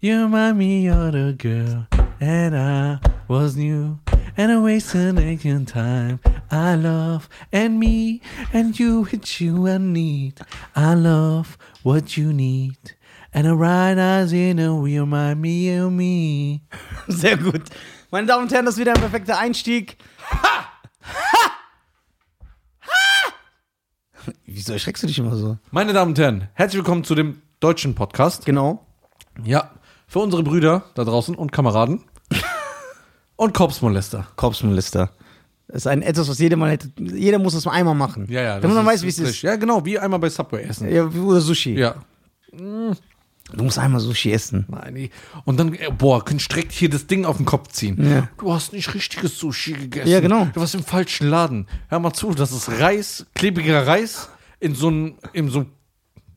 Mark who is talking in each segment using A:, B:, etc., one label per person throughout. A: You remind me of the girl, and I was new, and I wasted making time. I love and me, and you, which you I need. I love what you need, and I ride eyes in a wheel, remind me of me.
B: Sehr gut. Meine Damen und Herren, das ist wieder ein perfekter Einstieg. Ha! Ha! Ha! Wieso erschreckst du dich immer so?
A: Meine Damen und Herren, herzlich willkommen zu dem deutschen Podcast.
B: Genau.
A: Ja, für unsere Brüder da draußen und Kameraden und Korpsmolester.
B: Korpsmolester. Das ist ein etwas, was jeder mal hätte. Jeder muss das mal einmal machen. Damit man weiß, wie es ist.
A: Ja, genau, wie einmal bei Subway essen.
B: Ja, oder Sushi.
A: Ja.
B: Du musst einmal Sushi essen.
A: Nein, nee. Und dann, äh, boah, können direkt hier das Ding auf den Kopf ziehen.
B: Ja.
A: Du hast nicht richtiges Sushi gegessen.
B: Ja, genau.
A: Du warst im falschen Laden. Hör mal zu, das ist Reis, klebriger Reis in so einem, in so einem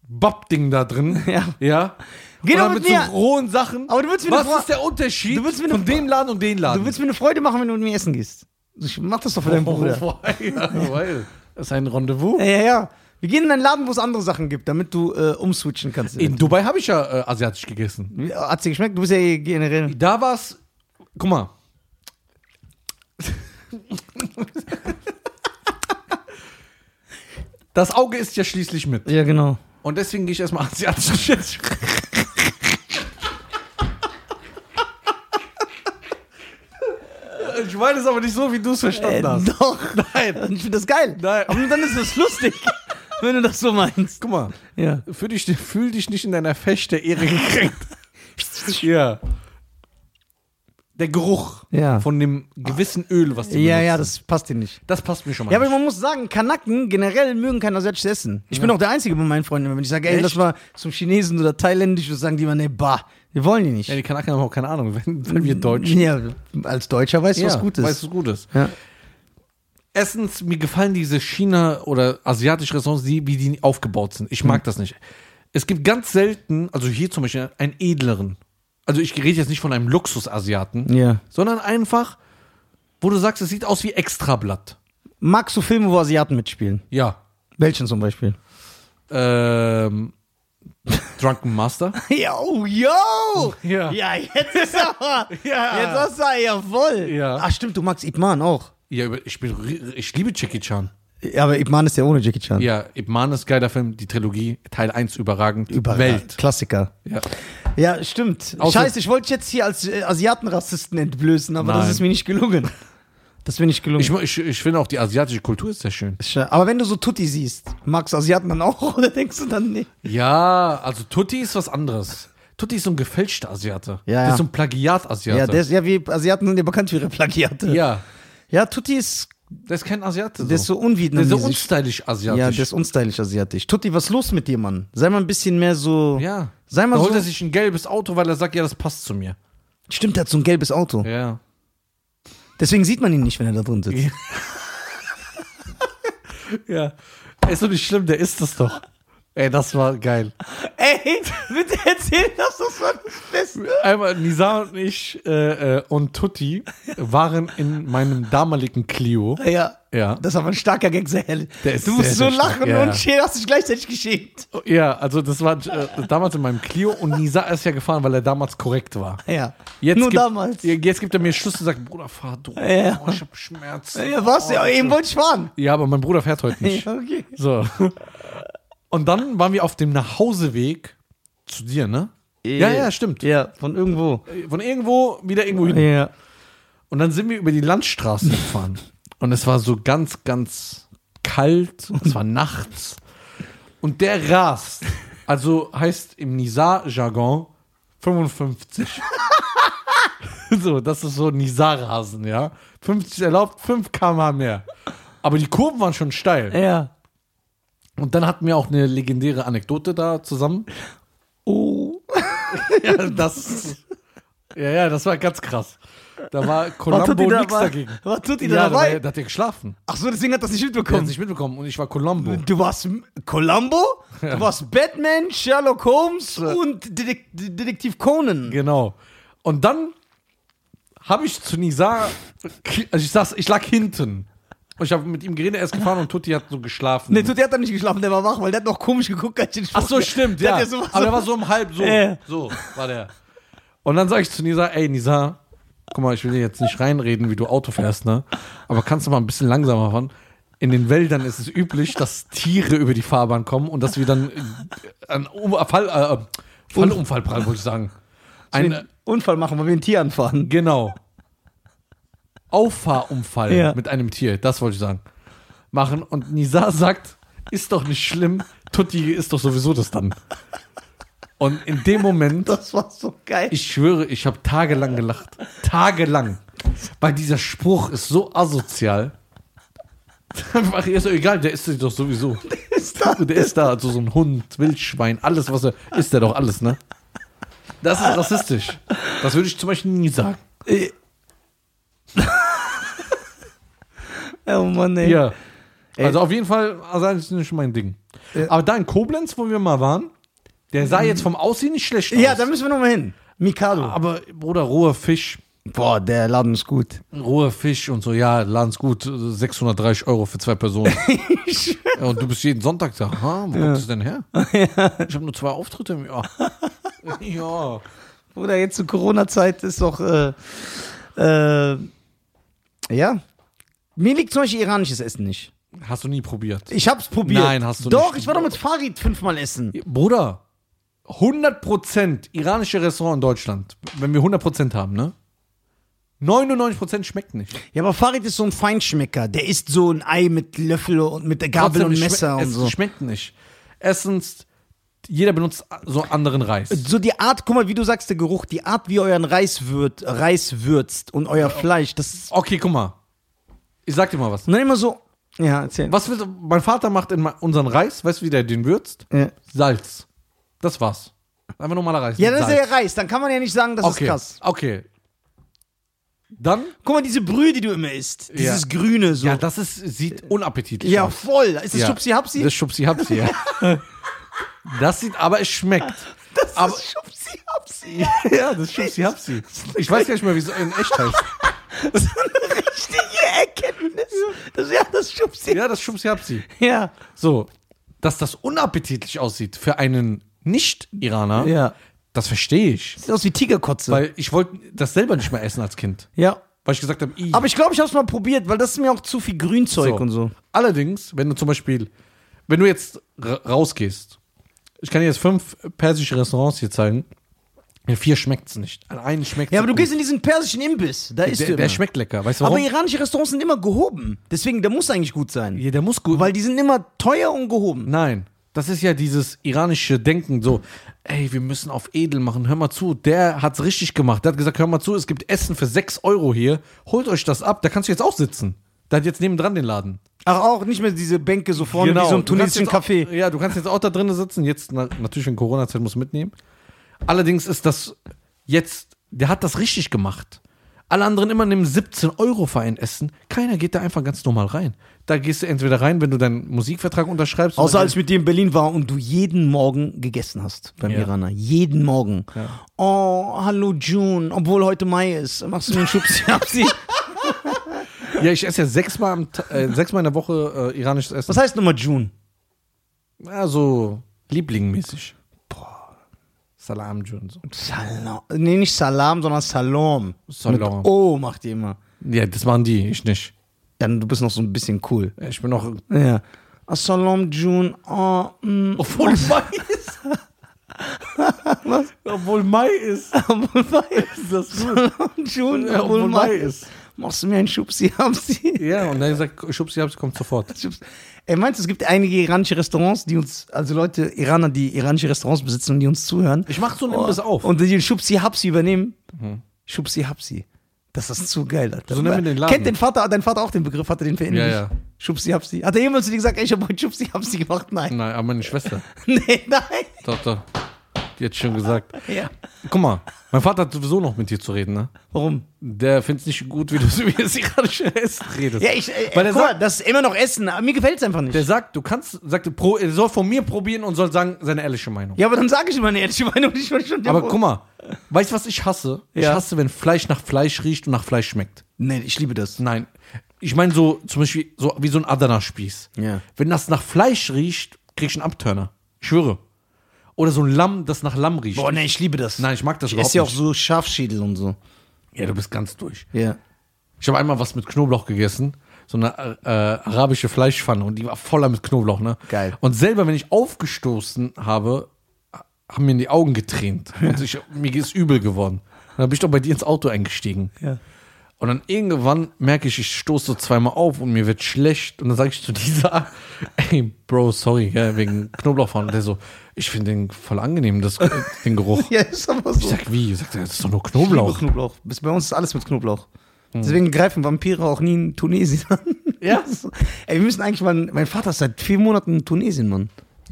A: Bab-Ding da drin.
B: Ja.
A: Ja.
B: Geh
A: und
B: doch
A: dann
B: mit
A: mit so
B: mir.
A: rohen Sachen.
B: Aber du würdest mir eine
A: Was
B: Fra-
A: ist der Unterschied
B: Du würdest mir eine
A: von dem Laden und den Laden?
B: Du würdest mir eine Freude machen, wenn du mit mir essen gehst. Ich mach das doch für deinen Bruder.
A: Oh, ja, weil. Das ist ein Rendezvous.
B: Ja, ja, ja. Wir gehen in einen Laden, wo es andere Sachen gibt, damit du äh, umswitchen kannst.
A: In Dubai habe ich ja äh, asiatisch gegessen.
B: Wie- Hat's dir geschmeckt? Du bist ja eh generell.
A: Da war es. Guck mal. Das Auge ist ja schließlich mit.
B: Ja, genau.
A: Und deswegen gehe ich erstmal asiatisch. Jetzt- Ich meine es aber nicht so, wie du es
B: Äh,
A: verstanden hast.
B: doch.
A: Nein.
B: Ich finde das geil.
A: Nein.
B: Aber dann ist es lustig, wenn du das so meinst.
A: Guck mal.
B: Ja.
A: Fühl dich, fühl dich nicht in deiner Fechte Ehre gekränkt. ja. Der Geruch
B: Ja.
A: von dem gewissen Öl, was die
B: Ja,
A: benutzen.
B: ja, das passt dir nicht.
A: das passt mir schon mal.
B: Ja, aber
A: nicht.
B: man muss sagen, Kanaken generell mögen kein asiatisches Essen. Ich bin auch der Einzige bei meinen Freunden, wenn ich sage, ey,
A: Echt?
B: lass mal zum Chinesen oder Thailändisch, das sagen die immer, nee, bah, wir wollen die nicht.
A: ja, die Kanaken haben auch keine Ahnung, wenn, wenn wir Deutschen.
B: Ja, als Deutscher weißt du, was Gutes.
A: Weißt du, was Gutes.
B: Ja.
A: Erstens, mir gefallen diese China- oder asiatische Restaurants, die, wie die aufgebaut sind. Ich mag das nicht. Es gibt ganz selten, also hier zum Beispiel, einen edleren. Also ich rede jetzt nicht von einem Luxus-Asiaten,
B: Ja.
A: sondern einfach, wo du sagst, es sieht aus wie Extrablatt.
B: Magst du Filme, wo Asiaten mitspielen?
A: Ja.
B: Welchen zum Beispiel?
A: Ähm, Drunken Master.
B: Yo, oh, yo!
A: Ja.
B: ja jetzt ist er aber.
A: Ja.
B: Jetzt hast du er ja voll.
A: Ja.
B: Ach, stimmt, du magst Ip Man auch.
A: Ja, über- ich, bin, ri- ich liebe Jackie Chan.
B: Ja, Aber Ip Man ist ja ohne Jackie Chan.
A: Ja, Ip Man ist geiler Film, die Trilogie, Teil 1 überragend.
B: Überall.
A: Welt.
B: Klassiker.
A: Ja.
B: Ja, stimmt.
A: Außer-
B: Scheiße, ich wollte dich jetzt hier als äh, Asiatenrassisten entblößen, aber
A: Nein.
B: das ist mir nicht gelungen. Das wäre nicht gelungen.
A: Ich, mo- ich, ich finde auch die asiatische Kultur ist sehr schön.
B: Sche- aber wenn du so Tutti siehst, magst du Asiaten dann auch oder denkst du dann, nee?
A: Ja, also Tutti ist was anderes. Tutti ist so ein gefälschter Asiate.
B: Ja,
A: Das
B: ja.
A: ist so ein Plagiat-Asiate.
B: Ja, der ist, ja, wir Asiaten sind ja bekannt für ihre Plagiate.
A: ja,
B: ja Tutti ist,
A: der ist kein Asiate. So.
B: der ist so
A: der ist so
B: unvietnamesisch.
A: unstylisch
B: Ja,
A: asiatisch.
B: der ist unstylisch asiatisch. Tutti, was ist los mit dir, Mann? Sei mal ein bisschen mehr so.
A: ja.
B: Sei mal
A: da holt
B: so.
A: er sich ein gelbes Auto, weil er sagt, ja, das passt zu mir.
B: Stimmt, der hat so ein gelbes Auto.
A: Ja.
B: Deswegen sieht man ihn nicht, wenn er da drin sitzt.
A: Ja. Ja. Ist doch nicht schlimm, der ist das doch. Ey, das war geil.
B: Ey, bitte erzähl das, das war das Beste.
A: Einmal Nisa und ich äh, äh, und Tutti waren in meinem damaligen Clio.
B: Ja.
A: Ja.
B: Das war aber ein starker Gag, sehr hell.
A: Der ist
B: du musst
A: sehr, sehr
B: so
A: stark,
B: lachen
A: ja, ja.
B: und schä- hast dich gleichzeitig geschämt.
A: Ja, also das war äh, damals in meinem Clio und Nisa ist ja gefahren, weil er damals korrekt war.
B: Ja.
A: Jetzt
B: Nur
A: gibt,
B: damals.
A: Ja, Jetzt gibt er mir Schluss und sagt, Bruder, fahr du.
B: Ja.
A: Oh, ich hab Schmerzen. Oh.
B: Ja, was? Ja, eben wollte ich fahren.
A: Ja, aber mein Bruder fährt heute nicht.
B: Ja, okay.
A: So. Und dann waren wir auf dem Nachhauseweg zu dir, ne? Ja, ja, stimmt.
B: Ja, von irgendwo.
A: Von irgendwo wieder irgendwo hin.
B: Ja.
A: Und dann sind wir über die Landstraße gefahren. Und es war so ganz, ganz kalt. Und es war nachts. Und der rast. Also heißt im Nizar-Jargon 55. so, das ist so Nizar-Rasen, ja. 50 erlaubt, 5 km/h mehr. Aber die Kurven waren schon steil.
B: Ja.
A: Und dann hatten wir auch eine legendäre Anekdote da zusammen.
B: Oh.
A: Ja, das, ja, ja, das war ganz krass. Da war
B: Was tut die
A: Columbo
B: da
A: nichts
B: dabei?
A: dagegen.
B: Was tut die
A: Ja,
B: da
A: da, war,
B: dabei?
A: da hat er geschlafen.
B: Ach so, deswegen hat das nicht
A: Der hat
B: mitbekommen.
A: nicht mitbekommen und ich war Columbo.
B: Du warst M- Columbo, du warst Batman, Sherlock Holmes und Detek- Detektiv Conan.
A: Genau. Und dann habe ich zu Nisa, also ich saß, ich lag hinten. Und ich habe mit ihm geredet, er ist gefahren und Tutti hat so geschlafen.
B: Nee, der hat da nicht geschlafen, der war wach, weil der hat noch komisch geguckt, als ich den
A: Ach so, stimmt,
B: Der
A: ja.
B: hat ja sowas-
A: Aber er war so um halb so.
B: Äh.
A: So war der. Und dann sage ich zu Nisa, ey Nisa, guck mal, ich will dir jetzt nicht reinreden, wie du Auto fährst, ne? Aber kannst du mal ein bisschen langsamer fahren? In den Wäldern ist es üblich, dass Tiere über die Fahrbahn kommen und dass wir dann äh, einen Um- Fall, äh, Fallunfall prallen, wollte ich sagen. Ein,
B: einen Unfall machen, weil wir ein Tier anfahren.
A: Genau. Auffahrunfall
B: Ja.
A: mit einem Tier, das wollte ich sagen. Machen und Nisa sagt, ist doch nicht schlimm, Tutti ist doch sowieso das dann. Und in dem Moment,
B: Das war so geil.
A: ich schwöre, ich habe tagelang gelacht. Tagelang. Weil dieser Spruch ist so asozial. Einfach, ist doch egal, der ist doch sowieso.
B: ist da.
A: Der ist da, also so ein Hund, Wildschwein, alles, was er. Ist der doch alles, ne? Das ist rassistisch. Das würde ich zum Beispiel nie sagen.
B: Oh Mann, ey. Äh.
A: Ja. Also auf jeden Fall, also das ist nicht mein Ding. Aber da in Koblenz, wo wir mal waren, der sah jetzt vom Aussehen nicht schlecht aus.
B: Mhm. Ja, da müssen wir nochmal hin. Mikado.
A: aber Bruder, roher Fisch,
B: Boah, der Laden ist gut.
A: roher Fisch und so, ja, Lanz gut, 630 Euro für zwei Personen. ja, und du bist jeden Sonntag da. Ha, wo kommt das denn her? Ich habe nur zwei Auftritte im Jahr. ja.
B: Oder jetzt zur Corona-Zeit ist doch, äh, äh, ja. Mir liegt zum Beispiel iranisches Essen nicht.
A: Hast du nie probiert.
B: Ich hab's probiert.
A: Nein, hast du
B: Doch,
A: nicht.
B: ich war doch mit Farid fünfmal essen.
A: Bruder, 100% iranische Restaurant in Deutschland, wenn wir 100% haben, ne? 99% schmeckt nicht.
B: Ja, aber Farid ist so ein Feinschmecker. Der isst so ein Ei mit Löffel und mit der Gabel
A: Trotzdem,
B: und
A: es schme-
B: Messer und
A: es
B: so.
A: schmeckt nicht. Erstens, jeder benutzt so anderen Reis.
B: So die Art, guck mal, wie du sagst, der Geruch, die Art, wie ihr euren Reis, würt, Reis würzt und euer Fleisch, das ist.
A: Okay, guck mal. Ich sag dir mal was.
B: Und dann immer so. Ja, erzähl.
A: Was willst du, mein Vater macht in ma- unseren Reis, weißt du, wie der den würzt?
B: Ja.
A: Salz. Das war's. Einfach normaler Reis.
B: Ja,
A: mit
B: das ist
A: Salz.
B: ja Reis. Dann kann man ja nicht sagen, das
A: okay.
B: ist krass.
A: Okay. Dann?
B: Guck mal, diese Brühe, die du immer isst. Dieses
A: Ja.
B: Grüne so.
A: Ja,
B: Ja,
A: das ist, sieht unappetitlich aus.
B: voll. Ist das
A: Ja.
B: Schubsi-Hapsi?
A: Das ist Schubsi-Hapsi, ja. Das sieht, aber es schmeckt.
B: Das
A: aber-
B: ist Schubsi-Hapsi.
A: Ja, das ist Schubsi-Hapsi. Ich weiß gar nicht mehr, wie es in echt heißt.
B: Das ist eine richtige Erkenntnis. Das ist ja das Schubsi.
A: Ja, das ist Schubsi-Hapsi.
B: Ja.
A: So, dass das unappetitlich aussieht für einen Nicht-Iraner,
B: Ja.
A: das verstehe ich.
B: Sieht aus wie Tigerkotze.
A: Weil ich wollte das selber nicht mehr essen als Kind.
B: ja.
A: Weil ich gesagt habe, i.
B: Aber ich glaube, ich hab's mal probiert, weil das ist mir auch zu viel Grünzeug und so.
A: Allerdings, wenn du zum Beispiel, wenn du jetzt ra- rausgehst, ich kann dir jetzt fünf persische Restaurants hier zeigen. In vier schmeckt es nicht. An einen schmeckt
B: Ja, aber du gehst in diesen persischen Imbiss. Da isst du
A: der,
B: immer.
A: der schmeckt lecker. Weißt du
B: aber
A: warum?
B: iranische Restaurants sind immer gehoben. Deswegen, der muss eigentlich gut sein.
A: ja, der muss gut.
B: Weil die sind immer teuer und gehoben.
A: Nein, das ist ja dieses iranische Denken, so, ey, wir müssen auf edel machen, hör mal zu, der hat's richtig gemacht, der hat gesagt, hör mal zu, es gibt Essen für 6 Euro hier, holt euch das ab, da kannst du jetzt auch sitzen. Der hat jetzt nebendran den Laden. Genau,
B: Ach, auch nicht mehr diese Bänke so vorne wie so im
A: Du kannst
B: tunesischen
A: jetzt
B: Café.
A: Auch, ja, du kannst jetzt auch da drinnen sitzen, jetzt na, natürlich in Corona-Zeit muss mitnehmen. Allerdings ist das jetzt, der hat das richtig gemacht. Alle anderen immer nehmen 17 Euro für ein Essen. Keiner geht da einfach ganz normal rein. Da gehst du entweder rein, wenn du deinen Musikvertrag unterschreibst.
B: Außer
A: oder-
B: als ich mit dir in Berlin war und du jeden Morgen gegessen hast beim
A: Ja.
B: Iraner. Jeden Morgen. Oh, hallo June, obwohl heute Mai ist. Machst du mir einen Schubsi? Hapsi?
A: Ja, ich esse ja sechsmal, am, Ta- äh, sechsmal in der Woche äh, iranisches Essen.
B: Was heißt nochmal June?
A: Ja, so Lieblingmäßig. Boah. Salam und so.
B: Salam. Nee, nicht Salam, sondern Salom.
A: Salam.
B: Mit O macht ihr immer.
A: Ja, das machen die, ich nicht.
B: Dann du bist noch so ein bisschen cool.
A: Ich bin noch.
B: Ja. Assalam June. Oh, mm.
A: Obwohl Mai ist. Obwohl Mai ist.
B: Obwohl Mai ist. Assalam June.
A: Ja, obwohl Mai ist.
B: Machst du mir einen Schubsi, Hamsi?
A: Ja, und dann sagt Schubsi, hab's, kommt sofort.
B: Chips. Ey, meinst du, es gibt einige iranische Restaurants, die uns, also Leute, Iraner, die iranische Restaurants besitzen und die uns zuhören? Oh.
A: Ich mach so einen Imbiss auf. Mhm.
B: Und die den Schubsi Hapsi übernehmen? Schubsi Hapsi. Das ist zu geil, Alter.
A: So nennen wir den Laden.
B: Kennt den Vater, dein Vater auch den Begriff? Hat er den verinnerlicht?
A: Ja, ja.
B: Schubsi Hapsi. Hat er jemals zu dir gesagt, ey, ich hab heute Schubsi Hapsi gemacht? Nein.
A: Nein, aber meine Schwester.
B: nee, nein.
A: Doch, doch. Die hat schon gesagt.
B: Ja.
A: Guck mal, mein Vater hat sowieso noch mit dir zu reden, ne?
B: Warum?
A: Der find's nicht gut, wie du so wie das iranische Essen redest.
B: Ja, ich, äh,
A: Weil er
B: guck mal,
A: sagt-
B: das ist immer noch Essen. aber Mir gefällt's einfach nicht.
A: Der sagt, du kannst, sagt, pro, er soll von mir probieren und soll sagen, seine ehrliche Meinung.
B: ja, aber dann sage ich meine ehrliche Meinung nicht, weil ich schon
A: Aber guck mal, weißt du, was ich hasse? Ich
B: Ja.
A: hasse, wenn Fleisch nach Fleisch riecht und nach Fleisch schmeckt.
B: Nee, ich liebe das.
A: Nein. Ich meine, so zum Beispiel so, wie so ein Adana-Spieß.
B: Ja.
A: Wenn das nach Fleisch riecht, krieg ich einen Abturner. Ich schwöre. Oder so ein Lamm, das nach Lamm riecht.
B: Boah, ne, ich liebe das.
A: Nein, ich mag das
B: ich
A: überhaupt
B: esse ja auch
A: nicht.
B: so Schafschädel und so.
A: Ja, du bist ganz durch.
B: Ja.
A: Ich habe einmal was mit Knoblauch gegessen. So eine äh, äh, arabische Fleischpfanne und die war voller mit Knoblauch, ne?
B: Geil.
A: Und selber, wenn ich aufgestoßen habe, haben mir in die Augen getränt. Und ich, mir ist übel geworden. Und dann bin ich doch bei dir ins Auto eingestiegen.
B: Ja.
A: Und dann irgendwann merke ich, ich stoße so zweimal auf und mir wird schlecht. Und dann sage ich zu dieser, ey, Bro, sorry, gell, wegen Knoblauchfahren. Und der so, ich finde den voll angenehm, das, den Geruch.
B: Ja, ist aber
A: Ich
B: so.
A: sag, wie? Sagt er, das ist doch nur
B: Ich liebe
A: Knoblauch. Hm.
B: Knoblauch. Bis bei uns ist alles mit Knoblauch. Deswegen greifen Vampire auch nie in Tunesien an.
A: Ja?
B: So. Ey, wir müssen eigentlich mal. Mein Vater ist seit vier Monaten in Tunesien, Mann.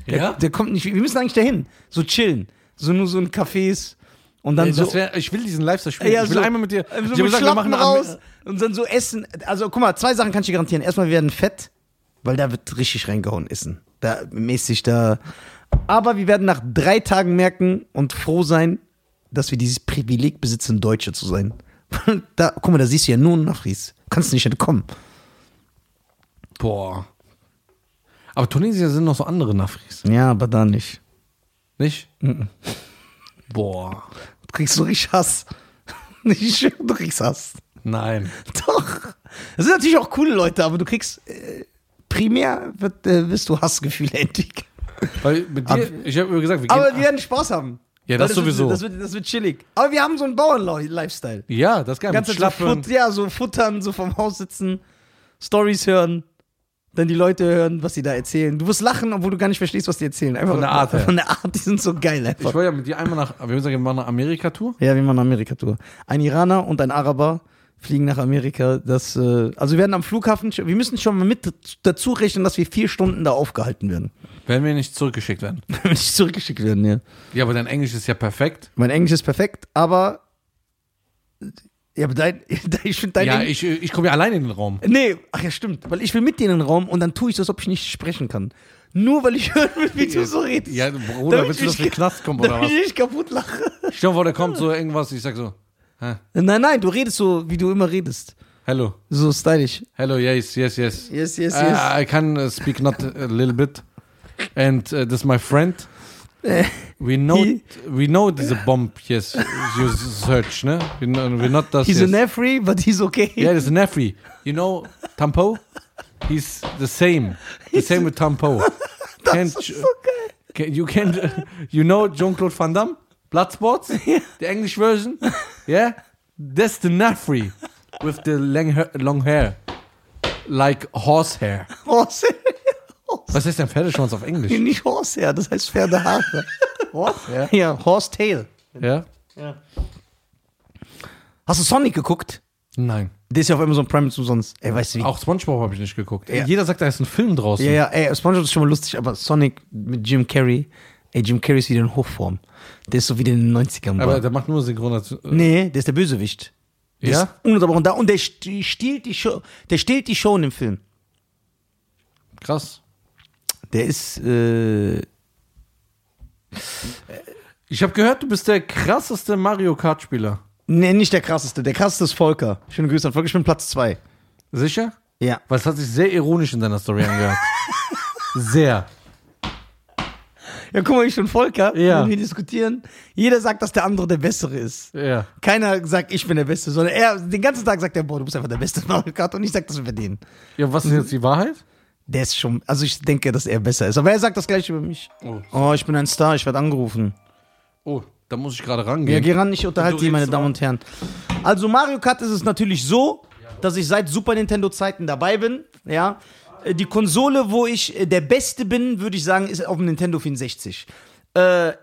B: Der,
A: Ja?
B: der kommt nicht. Wir müssen eigentlich dahin. So chillen. So nur so in Cafés. Und dann
A: Ey,
B: so.
A: das wär, ich will diesen Lifestyle spielen. ich will
B: Also, so-
A: einmal mit dir.
B: So
A: ich
B: mit
A: hab gesagt, wir
B: Schlappen
A: machen eine
B: raus
A: Arme-
B: und dann so essen. Also guck mal, zwei Sachen kann ich dir garantieren. Erstmal, wir werden fett, weil da wird richtig reingehauen essen. Da mäßig da. Aber wir werden nach drei Tagen merken und froh sein, dass wir dieses Privileg besitzen, Deutsche zu sein. Da, guck mal, da siehst du ja nur Nachries. Kannst nicht entkommen.
A: Boah. Aber Tunesier sind noch so andere Nafris,
B: Ja, aber da nicht.
A: nicht? Boah.
B: Du kriegst so richtig Hass. Ich schwöre, du kriegst Hass.
A: Nein.
B: Doch. Das sind natürlich auch coole Leute, aber du kriegst äh, primär wird, äh, wirst du Hassgefühle entwickeln.
A: Weil mit dir, ich habe gesagt, wir gehen.
B: Aber wir werden Spaß haben.
A: Genau. Ja,
B: Weil
A: das sowieso.
B: Wird, das, wird, das wird chillig. Aber wir haben so einen Bauern-Lifestyle.
A: ja, das ist geil. Mit
B: Ganze Zeit so,
A: Schlappen.
B: fut, ja, so futtern, so vom Haus sitzen, Stories hören, dann die Leute hören, was sie da erzählen. Du wirst lachen, obwohl du gar nicht verstehst, was die erzählen. Einfach
A: Von der Art her.
B: Von der Art, die sind so geil
A: Ich
B: einfach.
A: wollte ja mit dir einmal nach, wir sagen, wir machen eine Amerika-Tour.
B: Ja, wir machen Amerika-Tour. Ein Iraner und ein Araber fliegen nach Amerika. Das, äh, also wir werden am Flughafen, sch- wir müssen schon mal mit dazu rechnen, dass wir vier Stunden da aufgehalten werden.
A: Wenn wir nicht zurückgeschickt werden.
B: Wenn wir nicht zurückgeschickt werden, ja.
A: Ja, aber dein Englisch ist ja perfekt.
B: Mein Englisch ist perfekt, aber. Ja, aber dein. Ich finde dein.
A: ja,
B: Englisch-
A: ich, ich komme ja alleine in den Raum.
B: nee, ach ja, stimmt. Weil ich will mit dir in den Raum und dann tue ich so, als ob ich nicht sprechen kann. Nur weil ich hören will, wie du so redest.
A: Ja, Bruder, willst
B: Damit
A: du, dass
B: ich
A: wir in den
B: ge-
A: Knast kommen oder
B: Damit
A: was?
B: ich nicht kaputt lache.
A: Stell dir vor, da kommt so irgendwas, ich sag so, hä?
B: Nein, nein, du redest so, wie du immer redest.
A: hello,
B: So stylisch.
A: hello, yes, yes, yes.
B: Yes, yes,
A: Uh, I can uh, speak not a little bit. And uh, this is my friend. We know
B: He-
A: we know this a bomb, yes. You search, ne? We know, we're not that.
B: He's
A: yes.
B: a nephew, but he's okay.
A: Yeah, there's a nephew. You know Tampo? He's the same. The same with Tampo. Can't
B: ist
A: you-
B: so geil.
A: Can, you can, you know Jean-Claude Van Damme? Bloodsports? The English version? Yeah? That's the Nafri with the lang, hair- long hair. Like horsehair.
B: Horse. Horse.
A: Was heißt denn Pferdeschwanz auf Englisch?
B: Nicht Horsehair, das heißt Pferdehaare. Horsehair? Ja, Horse Tail.
A: Ja?
B: Hast du Sonic geguckt?
A: Nein.
B: Der ist ja auf Amazon Prime zu sonst. Ey, weißt du wie?
A: Auch Spongebob habe ich nicht geguckt. Ey,
B: Ja.
A: Jeder sagt, da ist ein Film draußen.
B: Ja, ja, ey, Spongebob ist schon mal lustig, aber Sonic mit Jim Carrey, ey, Jim Carrey ist wieder in Hochform. Der ist so wieder in den 90ern.
A: Aber
B: war.
A: der macht nur Synchronisation.
B: nee, der ist der Bösewicht. Der
A: Ja?
B: ist ununterbrochen da und der st- stiehlt die Show, der stiehlt die Show in dem Film.
A: Krass.
B: Der ist, äh,
A: Ich habe gehört, du bist der krasseste Mario Kart-Spieler.
B: nee, nicht der krasseste, der krasseste ist Volker. Schöne Grüße an Volker, ich bin Platz 2.
A: Sicher?
B: Ja.
A: Weil es hat sich sehr ironisch in deiner Story angehört. sehr.
B: Ja, guck mal, ich bin Volker,
A: Ja.
B: wenn wir diskutieren, jeder sagt, dass der andere der Bessere ist.
A: Ja.
B: Keiner sagt, ich bin der Beste, sondern er, den ganzen Tag sagt er, boah, du bist einfach der Beste Mario Kart und ich sag das über den.
A: Ja, was ist jetzt die Wahrheit?
B: Der ist schon, also ich denke, dass er besser ist. Aber er sagt das gleiche über mich.
A: Oh.
B: Oh, ich bin ein Star, ich werde angerufen.
A: Oh, da muss ich gerade
B: Ja,
A: rangehen.
B: geh ran, ich unterhalte
A: Du
B: die, meine
A: redest
B: Damen und Herren. Also Mario Kart ist es natürlich so, dass ich seit Super Nintendo Zeiten dabei bin. Ja, Äh, die Konsole, wo ich äh, der Beste bin, würde ich sagen, ist auf dem Nintendo 64. Äh,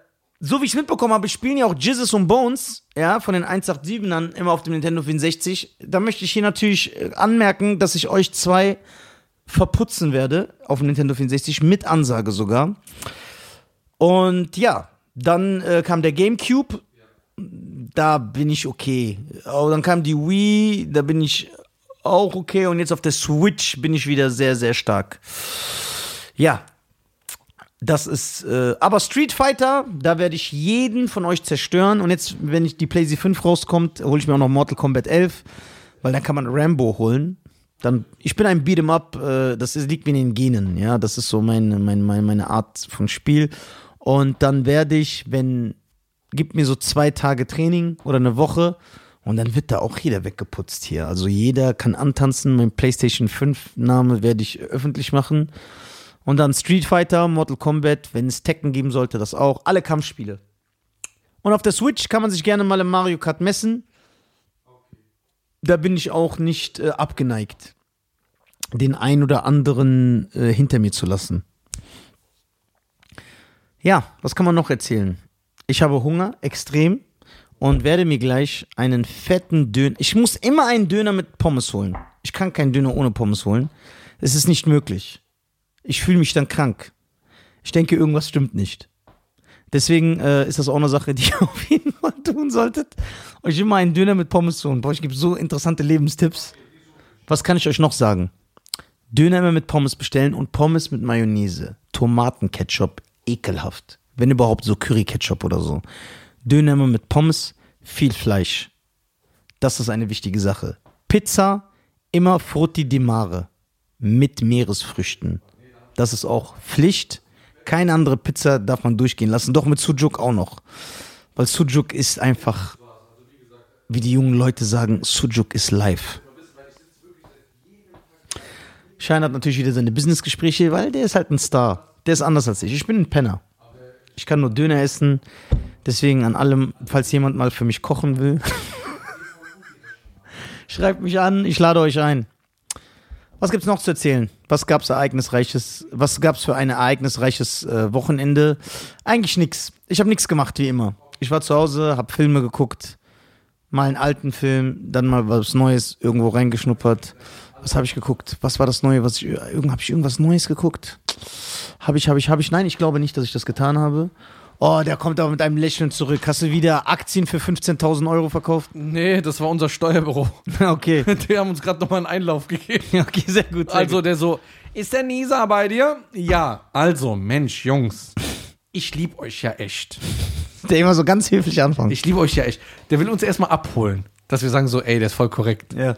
B: so wie ich es mitbekommen habe, spielen ja auch Jizzes und Bones, ja, von den 187ern immer auf dem Nintendo 64. Da möchte ich hier natürlich äh, anmerken, dass ich euch zwei verputzen werde auf dem Nintendo 64 mit Ansage sogar. Und ja, dann äh, kam der GameCube, da bin ich okay. Aber dann kam die Wii, da bin ich auch okay. Und jetzt auf der Switch bin ich wieder sehr, sehr stark. Ja. Das ist. Äh, aber Street Fighter, da werde ich jeden von euch zerstören. Und jetzt, wenn ich die PlayStation 5 rauskommt, hole ich mir auch noch Mortal Kombat 11. Weil dann kann man Rambo holen. Dann, ich bin ein Beat'em Up, äh, das ist, liegt mir in den Genen, ja. Das ist so meine, meine, meine, meine Art von Spiel. Und dann werde ich, wenn, gib mir so zwei Tage Training oder eine Woche und dann wird da auch jeder weggeputzt hier. Also jeder kann antanzen. Mein PlayStation 5 Name werde ich öffentlich machen. Und dann Street Fighter, Mortal Kombat, wenn es Tekken geben sollte, das auch. Alle Kampfspiele. Und auf der Switch kann man sich gerne mal im Mario Kart messen. Da bin ich auch nicht äh, abgeneigt, den ein oder anderen äh, hinter mir zu lassen. Ja, was kann man noch erzählen? Ich habe Hunger, extrem, und werde mir gleich einen fetten Döner. Ich muss immer einen Döner mit Pommes holen. Ich kann keinen Döner ohne Pommes holen. Es ist nicht möglich. Ich fühle mich dann krank. Ich denke, irgendwas stimmt nicht. Deswegen äh, ist das auch eine Sache, die ihr auf jeden Fall tun solltet. Euch immer einen Döner mit Pommes zu holen. Boah, ich gebe so interessante Lebenstipps. Was kann ich euch noch sagen? Döner immer mit Pommes bestellen und Pommes mit Mayonnaise. Tomatenketchup, ekelhaft. Wenn überhaupt so Curryketchup oder so. Döner immer mit Pommes, viel Fleisch. Das ist eine wichtige Sache. Pizza immer Frutti di Mare mit Meeresfrüchten. Das ist auch Pflicht. Keine andere Pizza darf man durchgehen lassen. Doch mit Sujuk auch noch. Weil Sujuk ist einfach, wie die jungen Leute sagen, Sujuk ist live. Schein hat natürlich wieder seine Businessgespräche, weil der ist halt ein Star. Der ist anders als ich. Ich bin ein Penner. Ich kann nur Döner essen. Deswegen an allem, falls jemand mal für mich kochen will, schreibt mich an. Ich lade euch ein. Was gibt's noch zu erzählen? Was gab's ereignisreiches? Was gab's für ein ereignisreiches äh, Wochenende? Eigentlich nix. Ich habe nichts gemacht wie immer. Ich war zu Hause, habe Filme geguckt, mal einen alten Film, dann mal was Neues irgendwo reingeschnuppert. Was habe ich geguckt? Was war das Neue? Was ich irgend habe ich irgendwas Neues geguckt? Habe ich, habe ich, habe ich? Nein, ich glaube nicht, dass ich das getan habe. Oh, der kommt aber mit einem Lächeln zurück. Hast du wieder Aktien für 15.000 Euro verkauft?
A: Nee, das war unser Steuerbüro.
B: Okay,
A: Die haben uns gerade nochmal einen Einlauf gegeben.
B: Ja, okay, sehr gut. Sehr
A: Also
B: gut.
A: der so, ist der Nisa bei dir? Ja. Also, Mensch, Jungs, ich lieb euch ja echt.
B: der immer so ganz höflich anfangen.
A: Ich liebe euch ja echt. Der will uns erstmal abholen, dass wir sagen so, ey, der ist voll korrekt.
B: ja.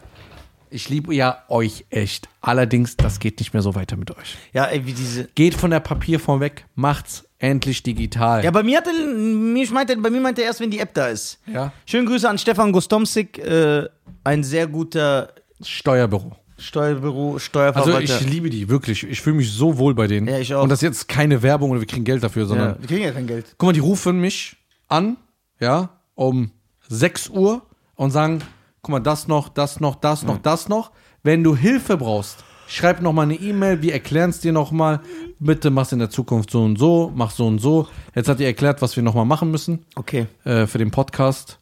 A: Ich liebe ja euch echt. Allerdings, das geht nicht mehr so weiter mit euch.
B: ja, ey, wie diese.
A: Geht von der Papierform weg, macht's endlich digital.
B: Ja, bei mir hat er, mich meinte, bei mir meint er erst, wenn die App da ist.
A: Ja.
B: Schönen Grüße an Stefan Gostomsik, äh, ein sehr guter
A: Steuerbüro.
B: Steuerbüro,
A: Also
B: Steuerverwalter.
A: ich liebe die, wirklich. Ich fühle mich so wohl bei denen.
B: Ja, ich auch.
A: Und das ist jetzt keine Werbung oder wir kriegen Geld dafür, sondern
B: ja. Wir kriegen ja kein Geld.
A: Guck mal, die rufen mich an, ja, um 6 Uhr und sagen, guck mal, das noch, das noch, das noch, das noch. Wenn du Hilfe brauchst, schreib noch mal eine E-Mail, wir erklären es dir noch mal. Bitte mach's in der Zukunft so und so, mach so und so. Jetzt hat ihr erklärt, was wir noch mal machen müssen
B: Okay.
A: äh, für den Podcast.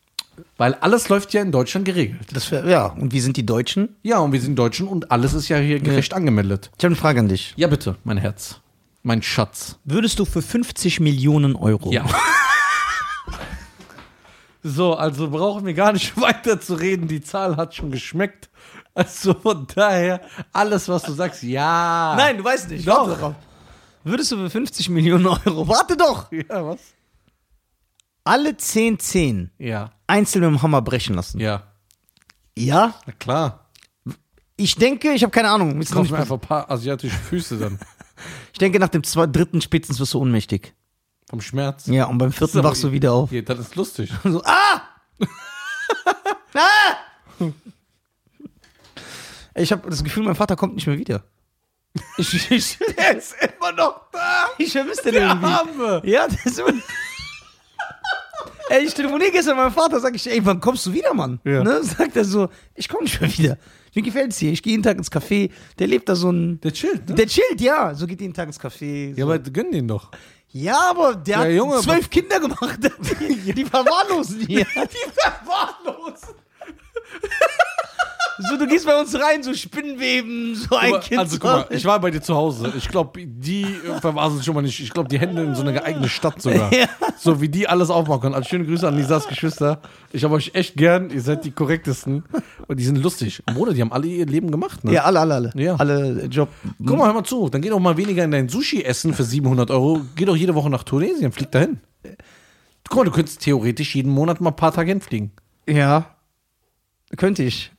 A: Weil alles läuft ja in Deutschland geregelt.
B: Das wär, ja, und wie sind die Deutschen?
A: Ja, und wir sind Deutschen und alles ist ja hier gerecht angemeldet.
B: Ich habe eine Frage an dich.
A: Ja, bitte, mein Herz. Mein Schatz.
B: Würdest du für 50 Millionen Euro.
A: Ja. so, also brauchen wir gar nicht weiter zu reden. Die Zahl hat schon geschmeckt. Also von daher, alles, was du sagst, ja.
B: Nein, du weißt nicht.
A: Doch.
B: Warte drauf. Würdest du für 50 Millionen Euro. Warte doch!
A: Ja, was?
B: Alle 10 10
A: Ja,
B: einzeln mit dem Hammer brechen lassen.
A: ja.
B: Ja?
A: Na klar.
B: Ich denke, ich habe keine Ahnung. Mir ist noch
A: Kauf
B: nicht
A: mir einfach ein paar asiatische Füße dann.
B: Ich denke, nach dem zwei, dritten spätestens wirst du ohnmächtig.
A: Vom Schmerz.
B: Ja, und beim vierten
A: aber-
B: wachst du wieder auf.
A: Ja, das ist lustig.
B: Und so, ah! ah! Ich habe das Gefühl, mein Vater kommt nicht mehr wieder. Ich, ich,
A: Der ist immer noch da.
B: ich vermisse den irgendwie.
A: Arme.
B: Ja, das ist immer... Ey, ich telefoniere gestern mit meinem Vater, sag ich, ey, wann kommst du wieder, Mann?
A: Ja.
B: Ne? Sagt er so, ich komme nicht mehr wieder. Mir gefällt's hier. Ich gehe jeden Tag ins Café. Der lebt da so ein...
A: Der chillt, ne?
B: Der chillt, ja. So geht jeden Tag ins Café.
A: ja,
B: so.
A: aber gönn den doch.
B: Ja, aber der hat
A: Junge, aber-
B: zwölf Kinder gemacht. Die, die verwahrlosen hier.
A: Die verwahrlosen.
B: So, du gehst bei uns rein, so Spinnweben, so ein
A: Aber,
B: Kind.
A: also guck mal, ich war bei dir zu Hause. Ich glaube, die äh, verwasen schon mal nicht. Ich glaube, die Hände in so eine eigene Stadt sogar.
B: Ja.
A: So wie die alles aufmachen können. Also schöne Grüße an Lisas Geschwister. Ich habe euch echt gern. Ihr seid die korrektesten. Und die sind lustig. Bruder, die haben alle ihr Leben gemacht. Ne?
B: ja, alle, alle, alle.
A: Ja.
B: Alle äh, Job.
A: Guck mal, hör mal zu. Dann geh doch mal weniger in dein Sushi-Essen für 700 Euro. Geh doch jede Woche nach Tunesien. Flieg dahin. Guck mal, du könntest theoretisch jeden Monat mal ein paar Tage hinfliegen.
B: Ja. Könnte ich.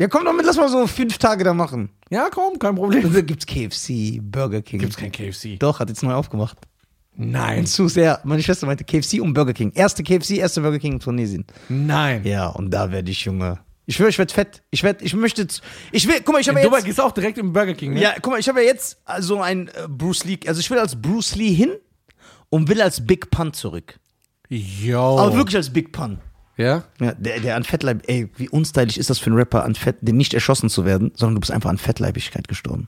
B: Ja, komm doch mit, lass mal so fünf Tage da machen. Also,
A: Ja, komm, kein Problem.
B: Da gibt's KFC, Burger King.
A: Gibt's kein KFC.
B: Doch, hat jetzt neu aufgemacht.
A: Nein.
B: Zu sehr. Meine Schwester meinte KFC und Burger King. Erste KFC, erste Burger King in Tunesien.
A: Nein.
B: Ja, und da werde ich, Junge. Ich schwöre, ich werde fett. Ich werde, ich möchte, jetzt- ich will, guck mal, ich habe
A: In
B: ja
A: Dubai
B: jetzt,
A: gehst du auch direkt im Burger King, ne?
B: ja, guck mal, ich habe ja jetzt so ein äh, Bruce Lee, also ich will als Bruce Lee hin und will als Big Pun zurück.
A: Yo.
B: Aber wirklich als Big Pun.
A: Ja?
B: Ja, der, der an Fettleib, ey, wie unstylisch ist das für einen Rapper, an Fett, den nicht erschossen zu werden, sondern du bist einfach an Fettleibigkeit gestorben.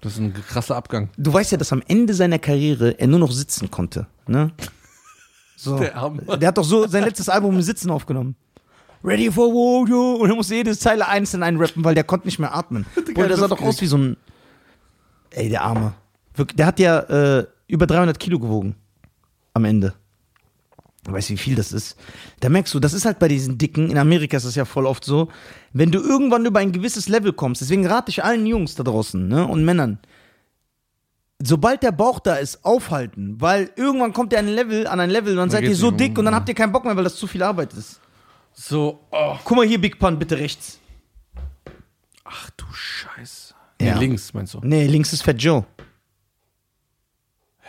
A: Das ist ein krasser Abgang.
B: Du weißt ja, dass am Ende seiner Karriere er nur noch sitzen konnte, ne? So.
A: Der Arme.
B: Der hat doch so sein letztes Album im Sitzen aufgenommen. Ready for war, yo. Und er musste jede Zeile einzeln einrappen, weil der konnte nicht mehr atmen. Bruder, der sah
A: Luft
B: doch aus wie so ein. Ey, der Arme. Wirklich, der hat ja äh, über 300 Kilo gewogen. Am Ende. Du weißt, wie viel das ist. Da merkst du, das ist halt bei diesen Dicken, in Amerika ist das ja voll oft so, wenn du irgendwann über ein gewisses Level kommst, deswegen rate ich allen Jungs da draußen ne, und Männern, sobald der Bauch da ist, aufhalten, weil irgendwann kommt ihr an ein Level, an ein Level und dann seid ihr
A: geht's
B: so
A: nicht mehr
B: dick und dann habt ihr keinen Bock mehr, weil das zu viel Arbeit ist.
A: So, oh.
B: Guck mal hier, Big Pun, bitte rechts.
A: Ach du Scheiße.
B: Ja.
A: Nee, links meinst du?
B: Nee, links ist Fat Joe.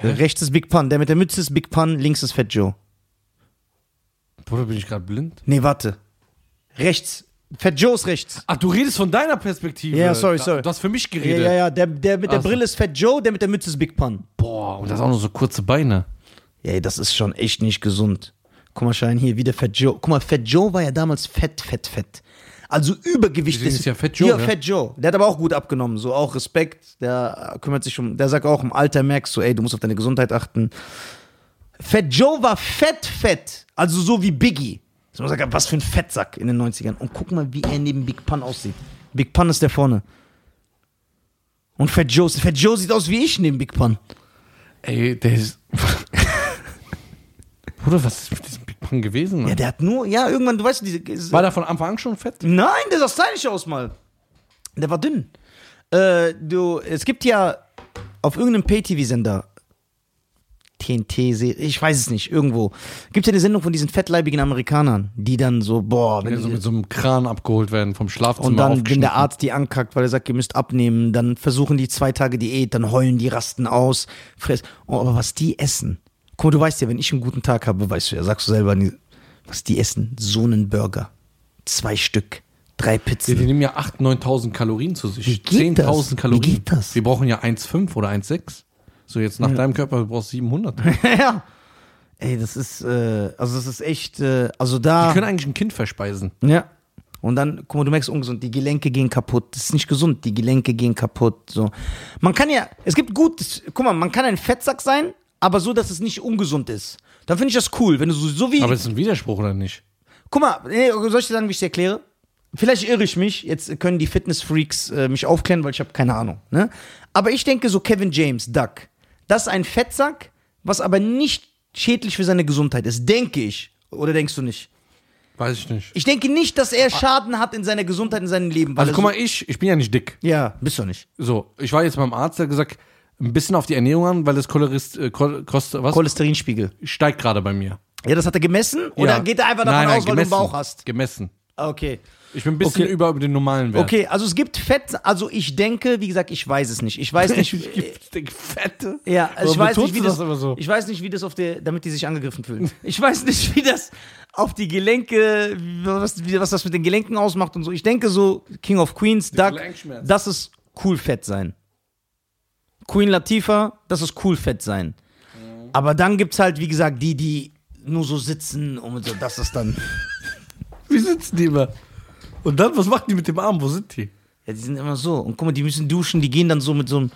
B: Rechts ist Big Pun, der mit der Mütze ist Big Pun, links ist Fat Joe.
A: Bruder, bin ich gerade blind?
B: Nee, warte. Rechts. Fat Joe ist rechts.
A: Ach, Ah, du redest von deiner Perspektive.
B: Ja, sorry,
A: Da-
B: sorry.
A: Du hast für mich
B: Ja,
A: geredet.
B: ja, ja, der, der mit der
A: Ach so.
B: Brille ist Fat Joe, der mit der Mütze ist Big Pun.
A: Boah, und das auch nur so kurze Beine.
B: Ey, das ist schon echt nicht gesund. Guck mal, Schein, hier wieder Fat Joe. Guck mal, Fat Joe war ja damals fett, fett, fett. Also Übergewicht
A: Deswegen ist ja Fat Joe,
B: Ja,
A: ne?
B: Fat Joe. Der hat aber auch gut abgenommen. So auch Respekt. Der kümmert sich um. Der sagt auch im Alter merkst du, ey, du musst auf deine Gesundheit achten. Fat Joe war fett, fett. Also so wie Biggie. So man sagt, was für ein Fettsack in den 90ern. Und guck mal, wie er neben Big Pun aussieht. Big Pun ist der vorne. Und Fat Joe, Fat Joe sieht aus wie ich neben Big Pun.
A: Ey, der ist. Bruder, was ist mit diesem Big Bang gewesen? Mann?
B: Ja, der hat nur, ja, irgendwann, du weißt, diese,
A: War der von Anfang an schon fett?
B: Nein, der sah stylisch aus mal. Der war dünn. Äh, du, es gibt ja auf irgendeinem Pay-TV-Sender TNT-Serie, ich weiß es nicht, irgendwo, gibt ja eine Sendung von diesen fettleibigen Amerikanern, die dann so, boah, wenn
A: Wenn die so
B: die,
A: mit so einem Kran abgeholt werden vom Schlafzimmer.
B: und dann, wenn
A: aufgeschnitten.
B: der Arzt die ankackt, weil er sagt, ihr müsst abnehmen, dann versuchen die zwei Tage Diät, dann heulen die, rasten aus, fressen. Oh, aber was die essen. Guck mal, du weißt ja, wenn ich einen guten Tag habe, weißt du ja, sagst du selber, nie, was die essen. So einen Burger. Zwei Stück. Drei
A: Die, die
B: Pizzen.
A: nehmen ja 8.000, 9.000 Kalorien zu sich.
B: geht das?
A: 10.000 Kalorien.
B: Wie geht das?
A: Wir brauchen ja 1,5 oder 1,6. So, jetzt nach deinem Körper brauchst du 700. Die
B: ja. Ey, das ist, äh, also das ist echt, äh, also da.
A: können eigentlich ein Kind verspeisen.
B: Ja. Und dann, guck mal, du merkst ungesund, die Gelenke gehen kaputt. Das ist nicht gesund, die Gelenke gehen kaputt. So. Man kann ja, es gibt gutes, guck mal, man kann ein Fettsack sein, aber so, dass es nicht ungesund ist. Dann finde ich das cool, wenn du so, so wie.
A: Aber ist ein Widerspruch oder nicht?
B: guck mal, nee, soll ich dir sagen, wie ich es erkläre? Vielleicht irre ich mich, jetzt können die Fitnessfreaks äh, mich aufklären, weil ich habe keine Ahnung. Ne? Aber ich denke so Kevin James, Duck, das ist ein Fettsack, was aber nicht schädlich für seine Gesundheit ist, denke ich. Oder denkst du nicht?
A: Weiß ich nicht.
B: Ich denke nicht, dass er Schaden hat in seiner Gesundheit, in seinem Leben. weil
A: Ah. Also
B: er
A: guck
B: so-
A: mal, ich, ich bin ja nicht dick.
B: Ja, bist du nicht.
A: So, ich war jetzt beim Arzt, der hat gesagt, ein bisschen auf die Ernährung an, weil das Cholerist, äh, Chol Koste, was?
B: Cholesterinspiegel.
A: steigt gerade bei mir.
B: Ja, das hat er gemessen? Oder
A: Ja.
B: geht er einfach davon
A: Nein, nein,
B: aus, weil du
A: gemessen.
B: einen Bauch hast?
A: Gemessen.
B: Ah, Okay.
A: Ich bin ein bisschen
B: Okay.
A: über, über den normalen Wert.
B: Okay, also es gibt Fett, also ich denke, wie gesagt, ich weiß es nicht. Ich weiß nicht.
A: Ich ich denk, fette.
B: ja, also ich
A: Warum
B: weiß
A: betonst
B: nicht, wie
A: du
B: das,
A: immer so?
B: ich weiß nicht, wie das auf der, damit die sich angegriffen fühlen. Ich weiß nicht, wie das auf die Gelenke, was, wie, was das mit den Gelenken ausmacht und so. Ich denke so, King of Queens, Duck,
A: Gelenkschmerzen.
B: das ist cool fett sein. Queen Latifah, das ist cool fett sein. Aber dann gibt's halt, wie gesagt, die, die nur so sitzen und so, das ist dann.
A: Wie sitzen die immer? Und dann, was machen die mit dem Arm? Wo sind die?
B: Ja, die sind immer so. Und guck mal, die müssen duschen, die gehen dann so mit so einem.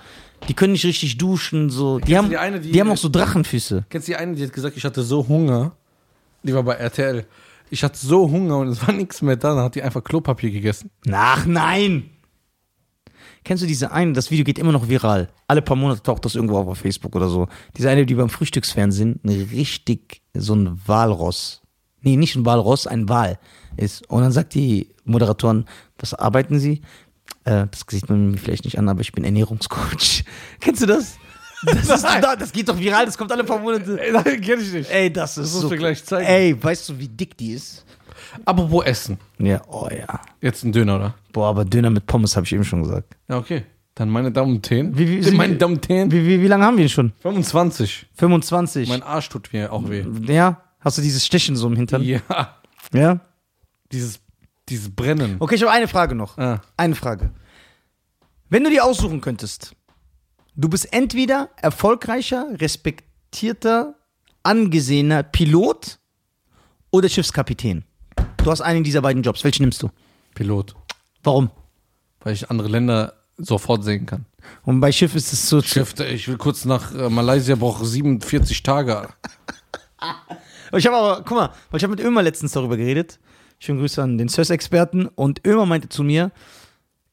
B: Die können nicht richtig duschen, so. Die haben,
A: die eine, die-
B: die haben auch so Drachenfüße.
A: Kennst du die eine, die hat gesagt, ich hatte so Hunger? Die war bei RTL. Ich hatte so Hunger und es war nichts mehr da. Dann hat die einfach Klopapier gegessen.
B: Ach nein! Kennst du diese eine, das Video geht immer noch viral. Alle paar Monate taucht das irgendwo auf, auf Facebook oder so. Diese eine, die beim Frühstücksfernsehen eine richtig so ein Walross. Nee, nicht ein Walross, ein Wal ist. Und dann sagt die Moderatorin, was arbeiten Sie? Äh, das sieht man mir vielleicht nicht an, aber ich bin Ernährungscoach. Kennst du das? Das, ist, das geht doch viral, das kommt alle paar Monate.
A: Nein, kenn ich nicht.
B: Ey, das ist
A: musst
B: so.
A: du gleich zeigen.
B: Ey, weißt du, wie dick die ist?
A: Apropos Essen.
B: Ja, oh ja.
A: Jetzt ein Döner, oder?
B: Boah, aber Döner mit Pommes habe ich eben schon gesagt.
A: Ja, okay. Dann meine Damen und Herren.
B: Wie- wie-
A: meine Damen und Herren.
B: Wie, wie, wie lange haben wir ihn schon?
A: 25.
B: 25.
A: Mein Arsch tut mir auch weh.
B: ja, hast du dieses Stechen so im Hintern?
A: Ja.
B: Ja.
A: Dieses, dieses Brennen.
B: Okay, ich habe eine Frage noch.
A: Ah.
B: Eine Frage. Wenn du dir aussuchen könntest, du bist entweder erfolgreicher, respektierter, angesehener Pilot oder Schiffskapitän. Du hast einen dieser beiden Jobs. Welchen nimmst du?
A: Pilot.
B: Warum?
A: Weil ich andere Länder sofort sehen kann.
B: Und bei Schiff ist es so.
A: Chef, ich will kurz nach äh, Malaysia, brauche 47 Tage.
B: Ich habe aber, guck mal, weil ich habe mit Ömer letztens darüber geredet. Schönen Grüße an den SES-Experten. Und Ömer meinte zu mir,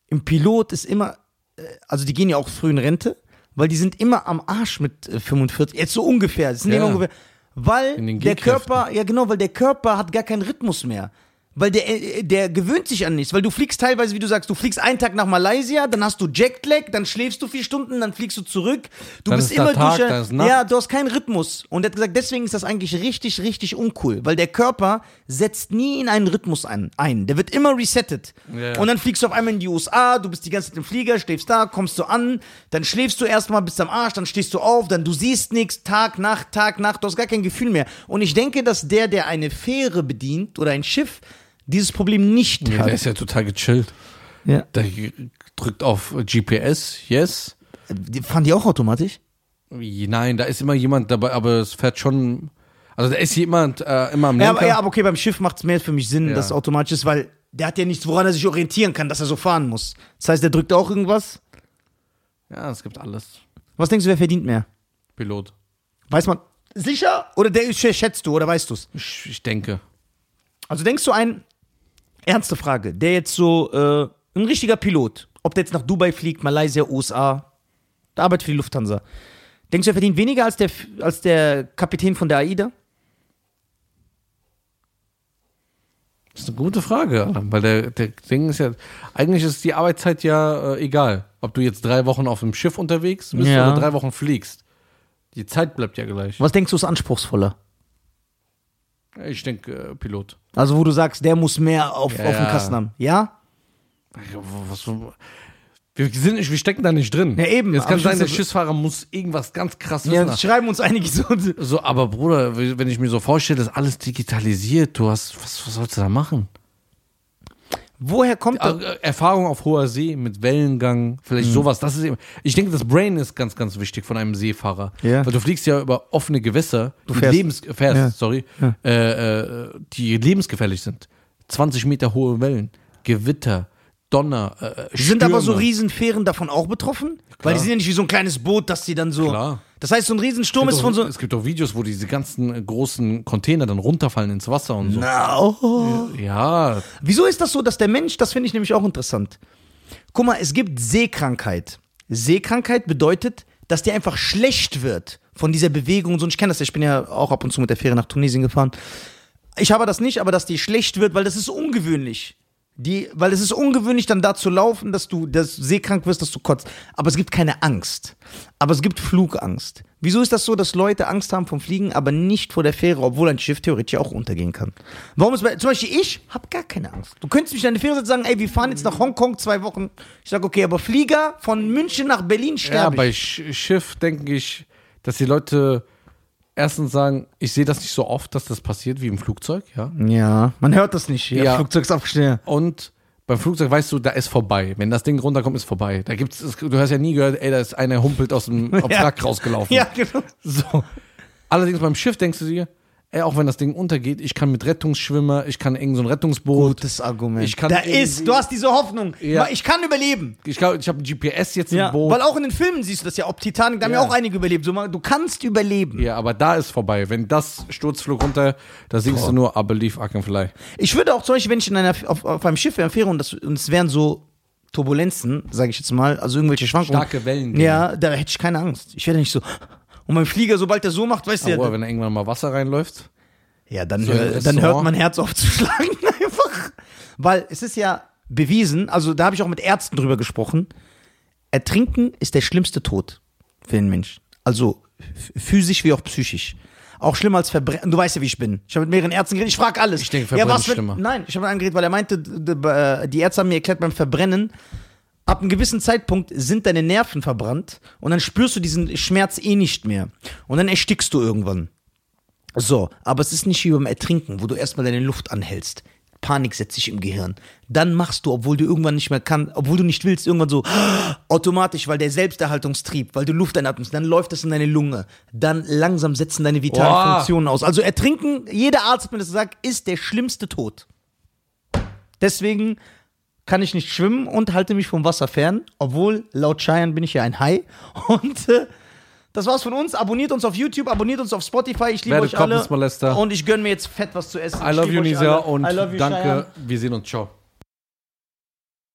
B: im Pilot ist immer, äh, also die gehen ja auch früh in Rente, weil die sind immer am Arsch mit äh, 45, jetzt so ungefähr, das sind
A: Ja.
B: immer ungefähr,
A: In
B: weil
A: den
B: der
A: Gehkräften.
B: Körper, ja genau, weil der Körper hat gar keinen Rhythmus mehr. Weil der, äh, der gewöhnt sich an nichts, weil du fliegst teilweise, wie du sagst, du fliegst einen Tag nach Malaysia, dann hast du Jetlag, dann schläfst du vier Stunden, dann fliegst du zurück. Du
A: Dann
B: bist
A: ist da
B: immer
A: Tag,
B: durch.
A: dann ist Nacht.
B: Ja, du hast keinen Rhythmus. Und er hat gesagt, deswegen ist das eigentlich richtig, richtig uncool, weil der Körper setzt nie in einen Rhythmus ein. ein. Der wird immer resettet.
A: Ja.
B: Und dann fliegst du auf einmal in die USA, du bist die ganze Zeit im Flieger, schläfst da, kommst du an, dann schläfst du erstmal, bist am Arsch, dann stehst du auf, dann du siehst nichts, Tag, Nacht, Tag, Nacht, du hast gar kein Gefühl mehr. Und ich denke, dass der, der eine Fähre bedient oder ein Schiff, dieses Problem nicht
A: Ja, der
B: hat.
A: ist ja total gechillt.
B: Ja.
A: Der drückt auf GPS, yes.
B: Die fahren die auch automatisch?
A: Nein, da ist immer jemand dabei, aber es fährt schon. Also da ist jemand äh, immer am
B: Ja,
A: Lenker.
B: aber, ja, aber okay, beim Schiff macht es mehr für mich Sinn,
A: Ja.
B: dass es automatisch ist, weil der hat ja nichts, woran er sich orientieren kann, dass er so fahren muss. Das heißt, der drückt auch irgendwas.
A: ja, es gibt alles.
B: Was denkst du, wer verdient mehr?
A: Pilot.
B: Weiß man sicher? Oder der sch- schätzt du oder weißt du es?
A: Ich, ich denke.
B: Also denkst du ein, ernste Frage, der jetzt so, äh, ein richtiger Pilot, ob der jetzt nach Dubai fliegt, Malaysia, USA, der arbeitet für die Lufthansa. Denkst du, er verdient weniger als der, F- als der Kapitän von der AIDA?
A: Das ist eine gute Frage, Adam, weil der, der Ding ist ja, eigentlich ist die Arbeitszeit ja äh, egal, ob du jetzt drei Wochen auf dem Schiff unterwegs bist
B: Ja.
A: oder drei Wochen fliegst. Die Zeit bleibt ja gleich.
B: Was denkst du ist anspruchsvoller?
A: Ich denke, äh, Pilot.
B: Also wo du sagst, der muss mehr auf,
A: Ja,
B: auf dem
A: ja.
B: Kasten haben. Ja?
A: Ja, w- Was, wir, sind nicht, wir stecken da nicht drin.
B: Ja, eben,
A: Es
B: aber
A: kann
B: ich
A: sein, der
B: weiß ja-
A: Schiffsfahrer muss irgendwas ganz krass wissen.
B: Ja, schreiben uns einige so.
A: So, aber Bruder, w- wenn ich mir so vorstelle, ist alles digitalisiert. Du hast, was, was sollst du da machen?
B: Woher kommt
A: Er-
B: das?
A: er- Also, äh, Erfahrung auf hoher See mit Wellengang, vielleicht
B: Mhm.
A: sowas. Das ist eben, ich denke, das Brain ist ganz, ganz wichtig von einem Seefahrer.
B: Ja.
A: Weil du fliegst ja über offene Gewässer, du
B: fährst.
A: Lebens, fährst,
B: Ja.
A: sorry, Äh, äh, die lebensgefährlich sind. 20 Meter hohe Wellen, Gewitter, Donner, äh,
B: Sind aber so
A: Stürme.
B: Riesenfähren davon auch betroffen? Weil die sind ja nicht wie so ein kleines Boot, dass die dann so.
A: Klar.
B: Das heißt, so ein Riesensturm
A: Es
B: ist
A: gibt
B: von
A: doch-
B: so.
A: Es gibt auch Videos, wo diese ganzen äh, großen Container dann runterfallen ins Wasser und so.
B: Na, oh.
A: Ja,
B: Wieso ist das so, dass der Mensch, das finde ich nämlich auch interessant. Guck mal, es gibt Seekrankheit. Seekrankheit bedeutet, dass dir einfach schlecht wird von dieser Bewegung und so. Und ich kenne das, ja, ich bin ja auch ab und zu mit der Fähre nach Tunesien gefahren. Ich habe das nicht, aber dass dir schlecht wird, weil das ist ungewöhnlich. Die, weil es ist ungewöhnlich, dann da zu laufen, dass du dass du seekrank wirst, dass du kotzt. Aber es gibt keine Angst. Aber es gibt Flugangst. Wieso ist das so, dass Leute Angst haben vom Fliegen, aber nicht vor der Fähre, obwohl ein Schiff theoretisch ja auch untergehen kann? Warum ist bei, zum Beispiel ich habe gar keine Angst. Du könntest mich in eine Fähre setzen und sagen, ey, wir fahren jetzt nach Hongkong zwei Wochen. Ich sage, okay, aber Flieger von München nach Berlin
A: Ja,
B: sterbe
A: bei
B: ich.
A: Sch Schiff denke ich, dass die Leute erstens sagen, ich sehe das nicht so oft, dass das passiert wie im Flugzeug, ja.
B: Ja, man hört das nicht. Ja,
A: Ja.
B: Flugzeug ist aufgestellt.
A: Und beim Flugzeug weißt du, da ist vorbei. Wenn das Ding runterkommt, ist vorbei. Da gibt's, es, du hast ja nie gehört, ey, da ist einer humpelt aus dem auf
B: Ja.
A: Wrack rausgelaufen.
B: Ja, genau.
A: So. Allerdings beim Schiff denkst du dir, ey, auch wenn das Ding untergeht, ich kann mit Rettungsschwimmer, ich kann irgend so ein Rettungsboot,
B: Gutes Argument.
A: Ich kann
B: da
A: irgendwie-
B: ist, du hast diese Hoffnung.
A: Ja.
B: Ich kann überleben.
A: ich glaube, ich habe ein GPS jetzt im Boot.
B: Weil auch in den Filmen siehst du das ja, ob Titanic, da haben ja,
A: Ja.
B: auch einige überlebt. So, man- du kannst überleben.
A: ja, aber da ist vorbei. Wenn das Sturzflug runter, da singst du nur I believe I can fly.
B: Ich würde auch zum Beispiel, wenn ich in einer, auf, auf einem Schiff wäre, und, das, und es wären so Turbulenzen, sage ich jetzt mal, also irgendwelche Schwankungen.
A: Starke Wellen.
B: Ja, da hätte ich keine Angst. Ich wäre nicht so. Und mein Flieger, sobald der so macht, weißt du
A: Aber
B: ja.
A: wenn da irgendwann mal Wasser reinläuft,
B: Ja, dann,
A: So im
B: hör, dann
A: Restaurant.
B: hört mein Herz auf zu schlagen einfach. Weil es ist ja bewiesen, also da habe ich auch mit Ärzten drüber gesprochen. Ertrinken ist der schlimmste Tod für den Mensch. Also f- physisch wie auch psychisch. Auch schlimmer als Verbrennen. Du weißt ja, wie ich bin. Ich habe mit mehreren Ärzten geredet. Ich frage alles.
A: Ich denke,
B: ja,
A: Verbrennen
B: was
A: ist
B: wenn-
A: schlimmer.
B: Nein, ich habe mit einem geredet, weil er meinte, d- d- äh, die Ärzte haben mir erklärt, beim Verbrennen ab einem gewissen Zeitpunkt sind deine Nerven verbrannt und dann spürst du diesen Schmerz eh nicht mehr. Und dann erstickst du irgendwann. So, aber es ist nicht wie beim Ertrinken, wo du erstmal deine Luft anhältst. Panik setzt sich im Gehirn. Dann machst du, obwohl du irgendwann nicht mehr kannst, obwohl du nicht willst, irgendwann so automatisch, weil der Selbsterhaltungstrieb, weil du Luft einatmest, dann läuft das in deine Lunge. Dann langsam setzen deine vitalen
A: Boah.
B: Funktionen aus. Also ertrinken, jeder Arzt hat mir das gesagt, ist der schlimmste Tod. Deswegen kann ich nicht schwimmen und halte mich vom Wasser fern, obwohl laut Cheyenne bin ich ja ein Hai. Und äh, das war's von uns. Abonniert uns auf YouTube, abonniert uns auf Spotify. Ich liebe
A: Werdet
B: euch alle.
A: Kopfnussmolester.
B: Und ich gönne mir jetzt fett was zu essen.
A: I love
B: liebe
A: you,
B: euch
A: Nisa,
B: alle.
A: und
B: I love you,
A: danke.
B: Cheyenne.
A: Wir sehen uns. Ciao.